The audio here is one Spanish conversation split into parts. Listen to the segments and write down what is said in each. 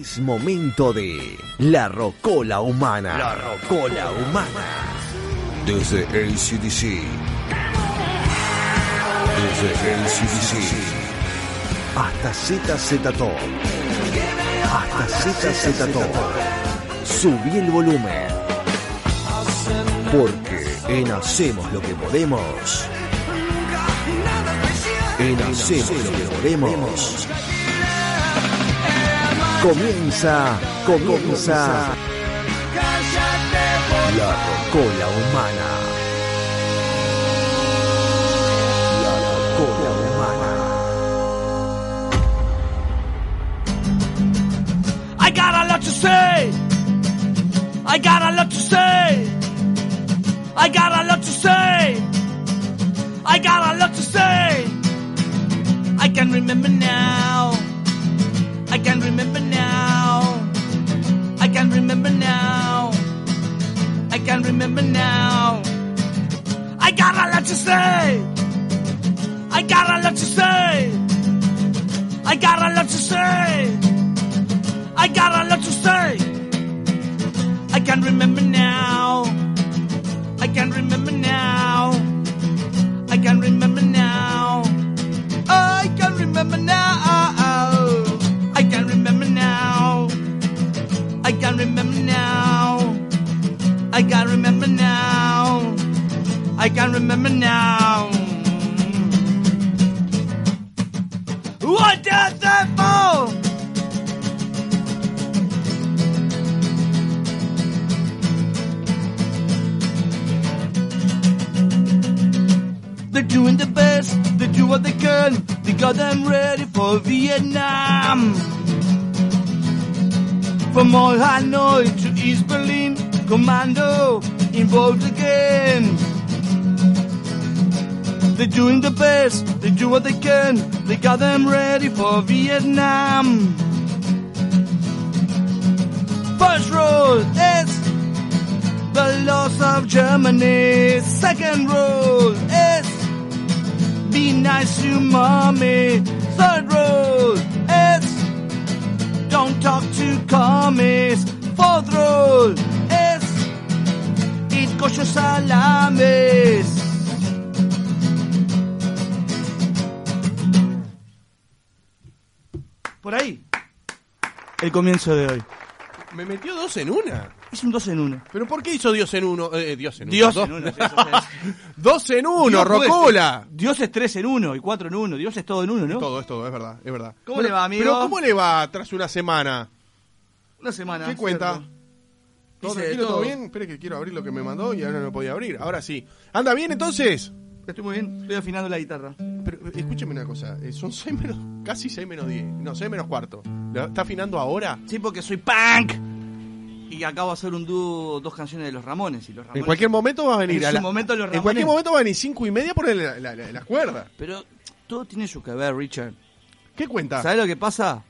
Es momento de La Rocola Humana. La Rocola Humana. Desde ACDC. Desde ACDC. Hasta ZZ Top. Hasta ZZ Top. Subí el volumen. Porque en Hacemos lo que podemos. En Hacemos lo que podemos. Comienza, comienza. La cola humana. La cola humana. I got a lot to say. I got a lot to say. I got a lot to say. I got a lot to say. I can remember now. I can remember now. I can remember now. I can remember now. I got a lot to say. I got a lot to say. I got a lot to say. I got a lot to say. I can remember now. I can remember now. I can remember now. I can remember now. I can remember now. I can remember now. I can remember now. I can remember now. What does that for? They're doing the best, they do what they can. They got them ready for Vietnam. From all Hanoi to East Berlin, Commando involved again. They're doing the best, they do what they can. They got them ready for Vietnam. First roll is the loss of Germany. Second rule is be nice to mommy. Third rule is don't talk to commies. Fourth rule is eat kosher salamis. Por ahí, el comienzo de hoy. Me metió dos en una. Es un dos en uno. ¿Pero por qué hizo Dios en uno? Eh, Dios en uno. Dios dos. en uno, sí, eso es. dos en uno, Dios puede Rocola. ser. Dios es tres en uno y cuatro en uno. Dios es todo en uno, ¿no? Todo, es todo, es verdad, es verdad. ¿Cómo le va, amigo? Pero ¿cómo le va tras una semana? Una semana. ¿Qué cuenta? cierto. ¿Todo Hice tranquilo, de todo. todo. bien? Espere que quiero abrir lo que me mandó y ahora no lo podía abrir. Ahora sí. ¿Anda bien entonces? Estoy muy bien. Estoy afinando la guitarra. Pero eh, escúcheme una cosa, eh, son seis menos, casi 6 menos 10, no, 6 menos cuarto. ¿La- ¿Está afinando ahora? Sí, porque soy punk. Y acabo de hacer un dúo, dos canciones de los Ramones. Y los Ramones En cualquier momento va a venir. En a su la- momento los En cualquier Ramones. momento va a venir 5 y media por la, la, la- la cuerda. Pero todo tiene su que ver, Richard. ¿Qué cuenta? ¿Sabes lo que pasa?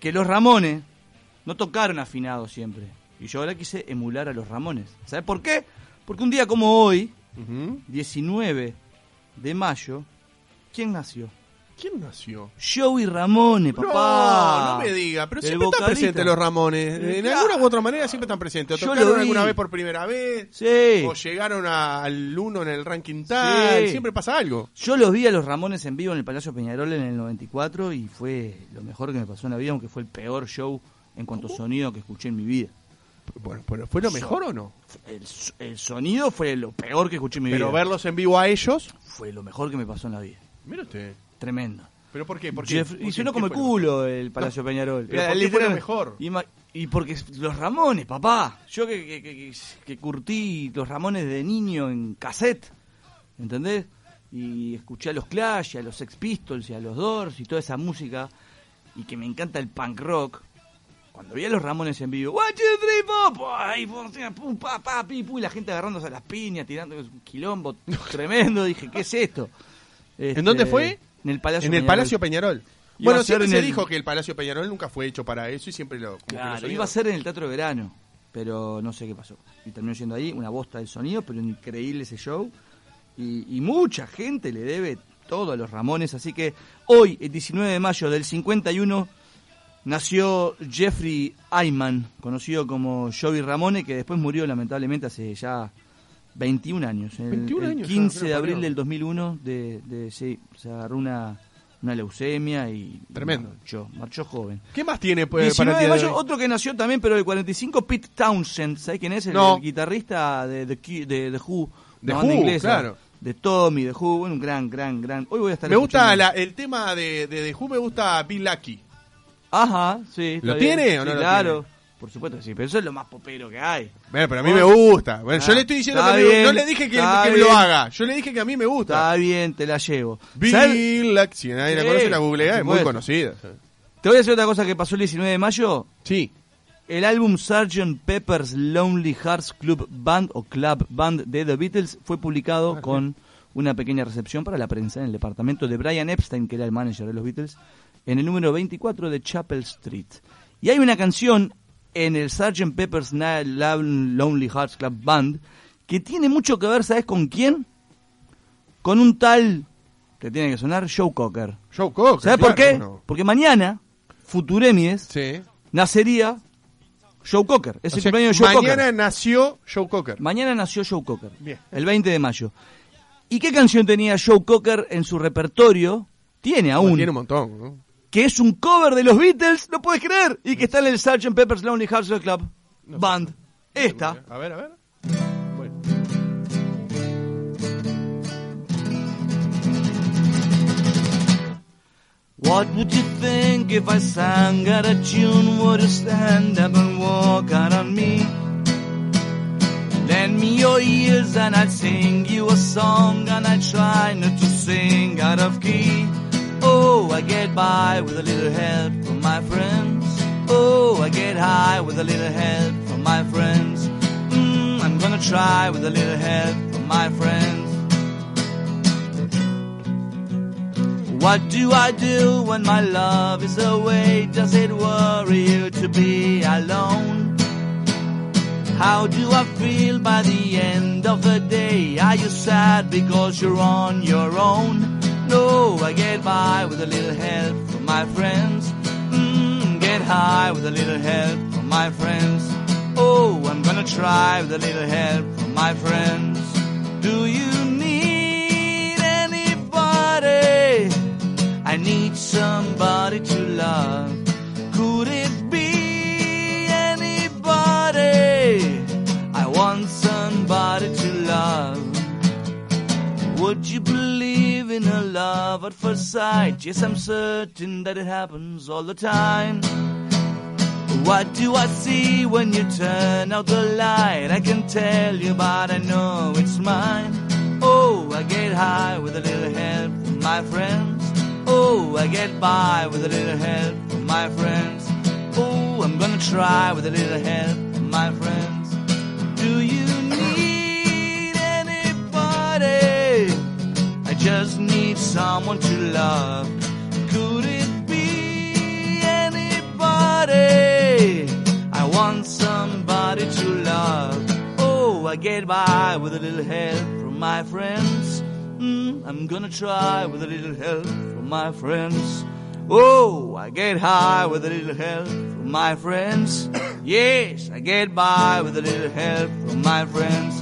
Que los Ramones no tocaron afinados siempre. Y yo ahora quise emular a los Ramones. ¿Sabes por qué? Porque un día como hoy, Ujú. 19 de mayo, ¿quién nació? ¿Quién nació? Joey Ramone, papá. No, no me diga, pero El siempre están vocalista. presentes los Ramones. Eh, En claro. alguna u otra manera siempre están presentes. O Yo lo tocaron vi. alguna vez por primera vez, Sí. o llegaron a- al uno en el ranking tal, Sí. siempre pasa algo. Yo los vi a los Ramones en vivo en el Palacio Peñarol en el 94 y fue lo mejor que me pasó en la vida, aunque fue el peor show en cuanto a sonido que escuché en mi vida. Bueno, pero ¿fue lo mejor o no? El, s- el sonido fue lo peor que escuché en mi Pero vida. verlos en vivo a ellos, Fue lo mejor que me pasó en la vida. mira usted. Tremendo. ¿Pero por qué? ¿Por qué? Jeff- ¿Por y qué? sonó ¿Qué como el fue lo mejor? culo el Palacio Peñarol. pero Era ¿por qué fue lo literal- mejor? Y, ma- y porque s- los Ramones, papá. Yo que, que- que- que- que curtí los Ramones de niño en cassette, ¿entendés? Y escuché a los Clash, y a los Sex Pistols, y a los Doors, y toda esa música. Y que me encanta el punk rock. Cuando vi a los Ramones en vivo, ¡One, two, three, four! po, ahí, po, tira, pum, pa, pa, pi, pu, y la gente agarrándose a las piñas, tirando un quilombo tremendo. Dije, ¿qué es esto? Este, dónde fue? En el Palacio en el Peñarol. Palacio Peñarol. Iba Bueno, a ser siempre en se el- dijo que el Palacio Peñarol nunca fue hecho para eso y siempre lo. como que lo Claro, soñaron. iba a ser en el Teatro de Verano, pero no sé qué pasó. Y terminó yendo ahí, una bosta del sonido, pero increíble ese show. Y, y mucha gente le debe todo a los Ramones, así que hoy, el 19 de mayo del 51, Nació Jeffrey Ayman, conocido como Joey Ramone, que después murió lamentablemente hace ya 21 años. El, 21 el años, 15 ah, de mira, abril parió. del 2001 de, de- sí, se agarró una, una leucemia y y Tremendo. marchó, marchó joven. ¿Qué más tiene pues, para 19 el de día de mayo, hoy? otro que nació también, pero del 45, Pete Townsend. ¿Sabes quién es? El, No. el guitarrista de The, Cure- de, The Who. The una banda Who, inglesa, claro. De Tommy, de Who. Bueno, un gran, gran, gran. Hoy voy a estar Me gusta escuchando. la- el tema de, de, de Who, me gusta Bill Lucky. Ajá, sí. está ¿Lo bien. tiene o Sí, no lo Claro. tiene? Por supuesto que sí, pero eso es lo más popero que hay. Bueno, pero a mí me gusta. Bueno, yo Ah, le estoy diciendo que está a mí me- bien, no le dije que, está que me lo bien. haga. Yo le dije que a mí me gusta. Está bien, te la llevo. ¿Sabes? Bill Lucky. Si nadie la Sí, conoce, la por googlea, es muy supuesto. conocida. Te voy a decir otra cosa que pasó el 19 de mayo. Sí. El álbum Sgt. Pepper's Lonely Hearts Club Band o Club Band de The Beatles fue publicado con una pequeña recepción para la prensa en el departamento de Brian Epstein, que era el manager de los Beatles, en el número 24 de Chapel Street. Y hay una canción en el Sgt. Pepper's Na- La- Lonely Hearts Club Band que tiene mucho que ver, ¿sabes con quién? Con un tal, que tiene que sonar, Joe Cocker. Joe Cocker. ¿Sabes por claro, qué? no. Porque mañana, Futuremies Sí. nacería Joe Cocker. Es O el sea, cumpleaños de Joe mañana Cocker. nació Joe Cocker. Mañana nació Joe Cocker, Bien. el 20 de mayo. ¿Y qué canción tenía Joe Cocker en su repertorio? Tiene aún, Tiene un montón. ¿no? que es un cover de los Beatles, no puedes creer, y que está en el Sgt. Pepper's Lonely Hearts Club Band. Esta. A ver, a ver. Bueno. What would you think if I sang out a tune? Would you stand up and walk out on me? Lend me your ears and I'd sing you a song and I'd try not to sing out of key. Oh, I get by with a little help from my friends. Oh, I get high with a little help from my friends. Mm, I'm gonna try with a little help from my friends. What do I do when my love is away? Does it worry you to be alone? How do I feel by the end of the day? Are you sad because you're on your own? No, I get by with a little help from my friends. Mm, get high with a little help from my friends. Oh, I'm gonna try with a little help from my friends. Do you need anybody? I need somebody to love. Could it be anybody? I want somebody to love. Would you believe in a love at first sight? Yes, I'm certain that it happens all the time. What do I see when you turn out the light? I can tell you, but I know it's mine. Oh, I get high with a little help from my friends. Oh, I get by with a little help from my friends. Oh, I'm gonna try with a little help from my friends. Do you need anybody? I just need someone to love. Could it be anybody? I want somebody to love. Oh, I get by with a little help from my friends. Mm, I'm gonna try with a little help from my friends. Oh, I get high with a little help from my friends. Yes, I get by with a little help from my friends.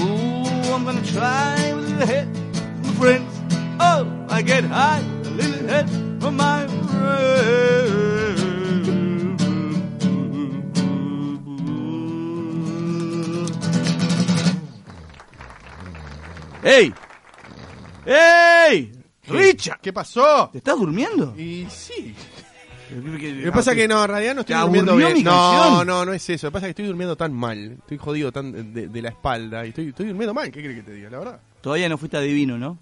Ooh, I'm gonna try with a little help from my friends. Oh, I get high with a little help from my friends. ¡Ey! ¡Ey! ¡Richard! ¿Qué pasó? ¿Te estás durmiendo? Y sí. Ah, Lo Lo que pasa que no, en realidad no estoy ¿Te durmiendo aburrió bien. mi no, canción? no, no es eso. Lo que pasa es que estoy durmiendo tan mal. Estoy jodido tan de, de la espalda. Y estoy, estoy durmiendo mal. ¿Qué crees que te diga? La verdad. Todavía no fuiste adivino, ¿no?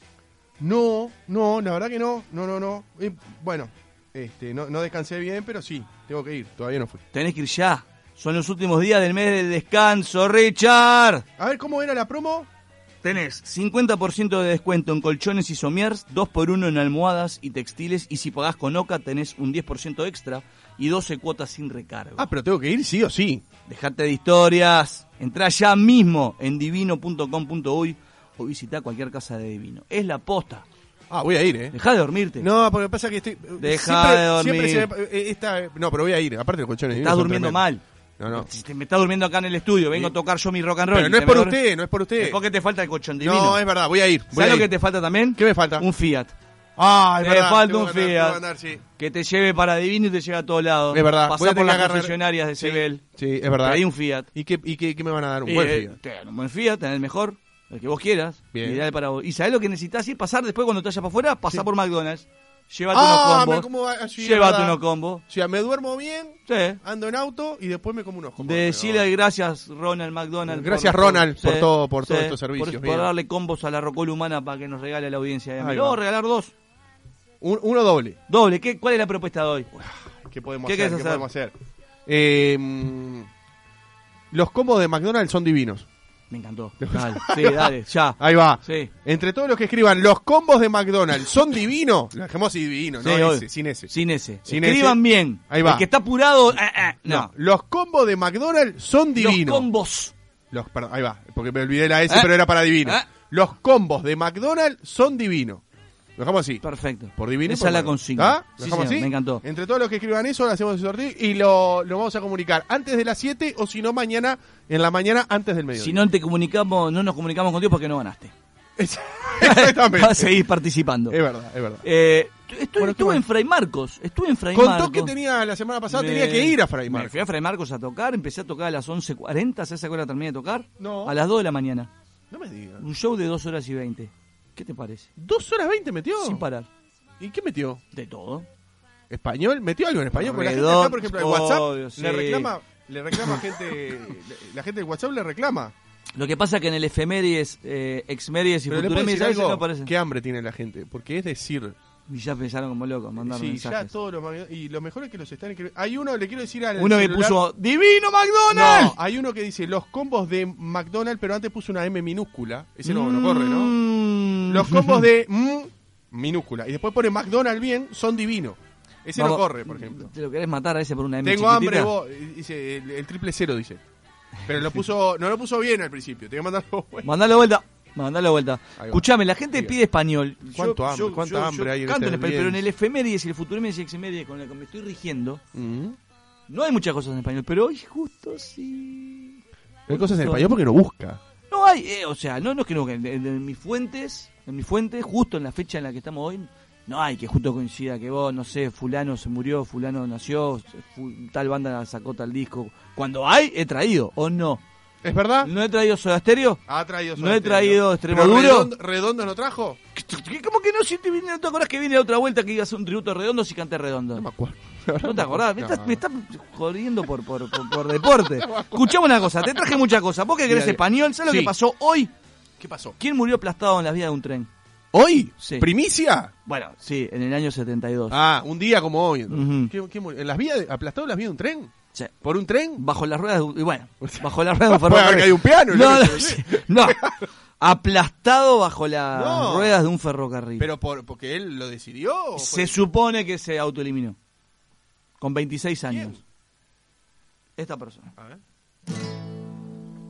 No, no, la verdad que no. No, no, no. Eh, bueno, este, no, no descansé bien, pero sí. Tengo que ir. Todavía no fui. Tenés que ir ya. Son los últimos días del mes del descanso, Richard. A ver, ¿cómo era la promo? Tenés 50% de descuento en colchones y somiers, 2x1 en almohadas y textiles, y si pagás con OCA tenés un 10% extra y 12 cuotas sin recargo. Ah, pero tengo que ir sí o sí. Dejate de historias. Entrá ya mismo en divino.com.uy o visita cualquier casa de divino. Es la posta. Ah, voy a ir, ¿eh? Deja de dormirte. No, porque pasa que estoy. eh, Deja de dormir. siempre se me- eh, esta- no, pero voy a ir. Aparte, los colchones. divinos Estás son durmiendo mal. tremendos. No, no. Si te- me estás durmiendo acá en el estudio, vengo Sí. a tocar yo mi rock and roll. Pero no y es te por me usted, no es por duermes. usted. Es porque te falta el colchón divino. No, es verdad, voy a ir. voy ¿Sabes a lo ir. que te falta también? ¿Qué me falta? Un Fiat. Ah, es Te verdad. falta tengo un que andar, tengo Fiat. que andar, sí. Que te lleve para Divino y te lleve a todos lados. Es verdad. voy Pasá a por tener las que agarrar- concesionarias de Sí, Sebel. Sí, es verdad. Pedí un Fiat. ¿Y qué, y qué, qué me van a dar? Un buen Eh, Fiat. te dan un buen Fiat, tenés el mejor, el que vos quieras. Bien. Ideal para vos. Y sabés lo que necesitas ir pasar después cuando te vayas para afuera, pasá por McDonald's. Llévate Ah, unos me combos. como- ah, sí, es Llévate verdad. Ah, unos combos. O sea, me duermo bien, Sí. ando en auto y después me como un ojo. Decirle gracias Ronald McDonald. Gracias, Ronald, por todo- por todos estos servicios, Por, bien. por darle combos a la Rocola Humana para que nos regale a la audiencia. de Ahí Amel. va. Vamos a regalar dos. Un- uno doble. Doble. ¿Qué, ¿Cuál es la propuesta de hoy? ¿Qué podemos ¿Qué hacer? querés ¿Qué hacer? podemos hacer? Eh, mm, los combos de McDonald's son divinos. Me encantó. Dale, sí, dale, ya. Ahí va. Sí. Entre todos los que escriban, los combos de McDonald's son divinos. Lo dejemos así divino, Sí, no hoy. ese, sin ese. Sin ese. Sin Escriban ese. bien. Ahí va. El que está apurado, eh, eh, no. Los combos de McDonald's son Los divinos. combos. Los- perdón, ahí va, porque me olvidé la S, Eh. pero era para divino. Eh. Los combos de McDonald's son divinos. Lo dejamos así. Perfecto. Por divino. y Esa por es la malo. consigna. ¿Está? ¿Lo Sí, dejamos señor, así? me encantó. Entre todos los que escriban eso, lo hacemos el sorteo y lo, lo vamos a comunicar antes de las 7 o si no, mañana, en la mañana, antes del mediodía. Si no te comunicamos, no nos comunicamos contigo porque no ganaste. Exactamente. Vas a seguir participando. Es verdad, es verdad. Eh, tu- estu- Bueno, ¿qué estuve más? en Fray Marcos. Estuve en Fray Marcos. Contó que tenía la semana pasada, Me- tenía que ir a Fray Me Marcos. fui a Fray Marcos a tocar, empecé a tocar a las 11.40, ¿sabes a qué hora terminé de tocar? No. A las 2 de la mañana. No me digas. Un show de 2 horas y 20. ¿Qué te parece? ¿Dos horas 20 metió? Sin parar. ¿Y qué metió? De todo. ¿Español? ¿Metió algo en español? Porque la gente Redón- acá, por ejemplo, en obvio, WhatsApp sí. le reclama, le reclama gente, le- la gente de WhatsApp le reclama. Lo que pasa que en el efemérides, eh, exmérides y Pero le puedo futuremes decir a veces no algo, aparecen. qué hambre tiene la gente, porque es decir, Y ya pensaron como locos, mandaron sí, ya mensajes. todos los magno- y lo mejor es que los están escribiendo. Hay uno, le quiero decir al Uno me celular- puso, No, ¡Divino McDonald's! hay uno que dice los combos de McDonald's, pero antes puso una M minúscula. Ese no, Mm. no corre, ¿no? Los combos de mm, minúscula. Y después pone McDonald's bien, son divinos. Ese no corre, por ejemplo. ¿Te lo querés matar a ese por una M Tengo chiquitita? hambre, vos. eh, Dice, el, el triple cero dice. Pero lo puso, no lo puso bien al principio. Tengo que mandarlo bueno. Mandalo vuelta. Mandalo vuelta. va. Escuchame, la gente Diga. pide español. ¿Cuánto hambre? ¿Cuánta hambre hay en este canto esta español, pero en el audiencia? efemérides y el futurímedes y exemérides con la que me estoy rigiendo, Mm. no hay muchas cosas en español, pero hoy justo sí. Hay cosas en español porque no busca. No hay, eh, o sea, no, no es que no, que en, en- en mis fuentes, en mis fuentes, justo en la fecha en la que estamos hoy, no hay que justo coincida que vos, no sé, fulano se murió, fulano nació, fu- tal banda sacó tal disco. Cuando hay, he traído, o no. ¿Es verdad? ¿No he traído Soda Stereo? Ha traído No he Soda Stereo. traído Extremo Pero Duro. Redondo, Redondo no trajo. ¿Qué- ¿Cómo que no? Si te, vine- ¿No te acordás que viene la otra vuelta que ibas a un tributo a redondo si canté redondo? No me No, acuerdo. te acordás? Me No. estás, me estás jodiendo por, por, por, por deporte. Escuchame una cosa, te traje muchas cosas. Vos que querés Mira, español, ¿sabes sí. lo que pasó hoy? ¿Qué pasó? ¿Quién murió aplastado en la vía de un tren? ¿Hoy? Sí. ¿Primicia? Bueno, sí, en el año 72. Ah, un día como hoy. entonces. Ujú. ¿Qué- qué murió? ¿En las vías? de- ¿Aplastado en las vías de un tren? Sí. ¿Por un tren? Bajo las ruedas de un- y bueno, bajo las ruedas de un Puede haber ferrocarril. caído un piano, No, yo no, qué sé. sí, no. Aplastado bajo las No. ruedas de un ferrocarril. ¿Pero eh. por, porque él lo decidió? o Se fue- supone que se autoeliminó. Con 26 años. ¿Quién? Esta persona. A ver.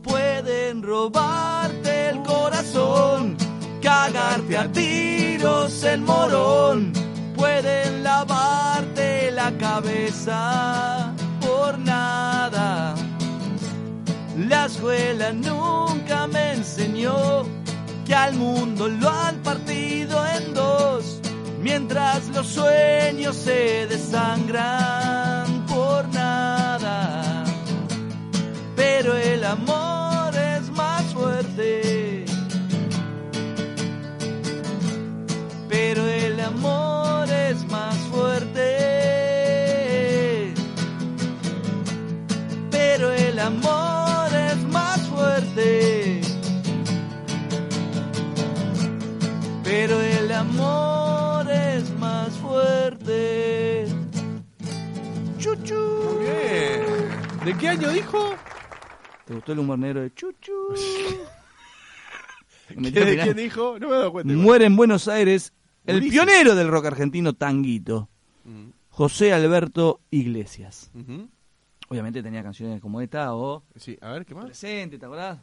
Pueden robarte el corazón, cagarte a tiros el morón. Pueden lavarte la cabeza por nada. La escuela nunca me enseñó que al mundo lo han partido en dos, mientras los sueños se desangran por nada. Pero el amor es más fuerte. Pero el amor es más fuerte. Pero el amor es más fuerte. Pero el amor es más fuerte. Chuchu. Muy bien. ¿De qué año dijo? ¿Te gustó el humor negro de chuchu? ¿Qué- ¿De quién dijo? No me he dado cuenta. igual. Muere en Buenos Aires el Ulises. pionero del rock argentino tanguito, Mm, José Alberto Iglesias. ujú. Obviamente tenía canciones como esta o Sí, a ver, ¿qué más? Presente, ¿te acordás?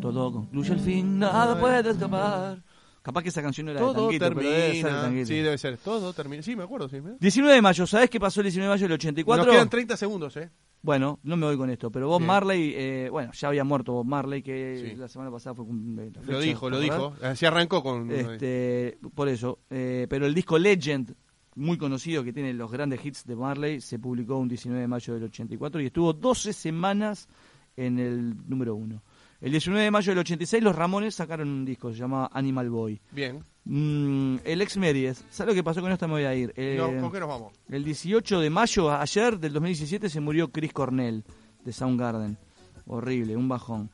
Todo concluye al fin, nada puede escapar. Capaz que esa canción no era Todo de tanguito, pero debe ser de termina. tanguito. sí, debe ser. Todo termina. Sí, me acuerdo, sí. mira. 19 de mayo, ¿sabés qué pasó el 19 de mayo del Nos quedan 84? 30 segundos, ¿eh? Bueno, no me voy con esto, pero Bob Bien. Marley, eh, bueno, ya había muerto Bob Marley, que Sí. la semana pasada fue... cum- eh, la Lo fecha, dijo, lo ¿te acordás? dijo. Así arrancó con. Este, por eso. eh, pero el disco Legend, muy conocido, que tiene los grandes hits de Marley, se publicó un 19 de mayo del 84 y estuvo 12 semanas en el número 1. El 19 de mayo del 86 los Ramones sacaron un disco, se llamaba Animal Boy. Bien. Mm, el ex Meries, ¿sabes lo que pasó con esta? Me voy a ir. Eh, No, ¿Con qué nos vamos? el 18 de mayo, ayer del 2017, se murió Chris Cornell de Soundgarden. Horrible, un bajón.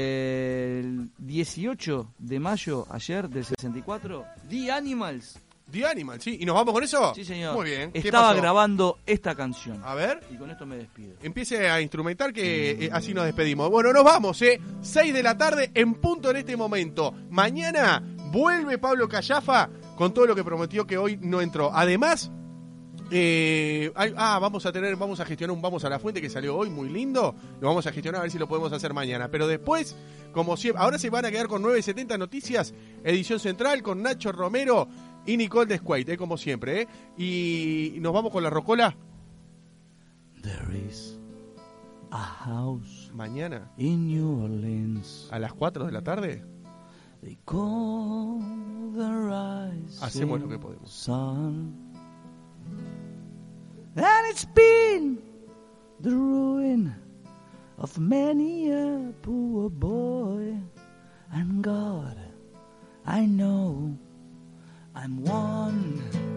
El 18 de mayo, ayer del 64, The Animals. The Animal, sí. ¿Y nos vamos con eso? Sí, señor. Muy bien. ¿Qué Estaba pasó? grabando esta canción. A ver. Y con esto me despido. Empiece a instrumentar que eh, así nos despedimos. Bueno, nos vamos, ¿eh? 6 de la tarde en punto en este momento. Mañana vuelve Pablo Callafa con todo lo que prometió que hoy no entró. Además, eh, hay- ah, vamos a tener, vamos a gestionar un Vamos a la Fuente que salió hoy, muy lindo. Lo vamos a gestionar a ver si lo podemos hacer mañana. Pero después, como siempre, ahora se van a quedar con 970 Noticias, edición central, con Nacho Romero y Nicole Descuait, eh, como siempre. eh. Y nos vamos con la Rocola There is a house mañana in New Orleans. a las 4 de la tarde. They call the rising Hacemos lo que podemos. sun. And it's been the ruin of many a poor boy. And God, I know I'm one Mm-hmm.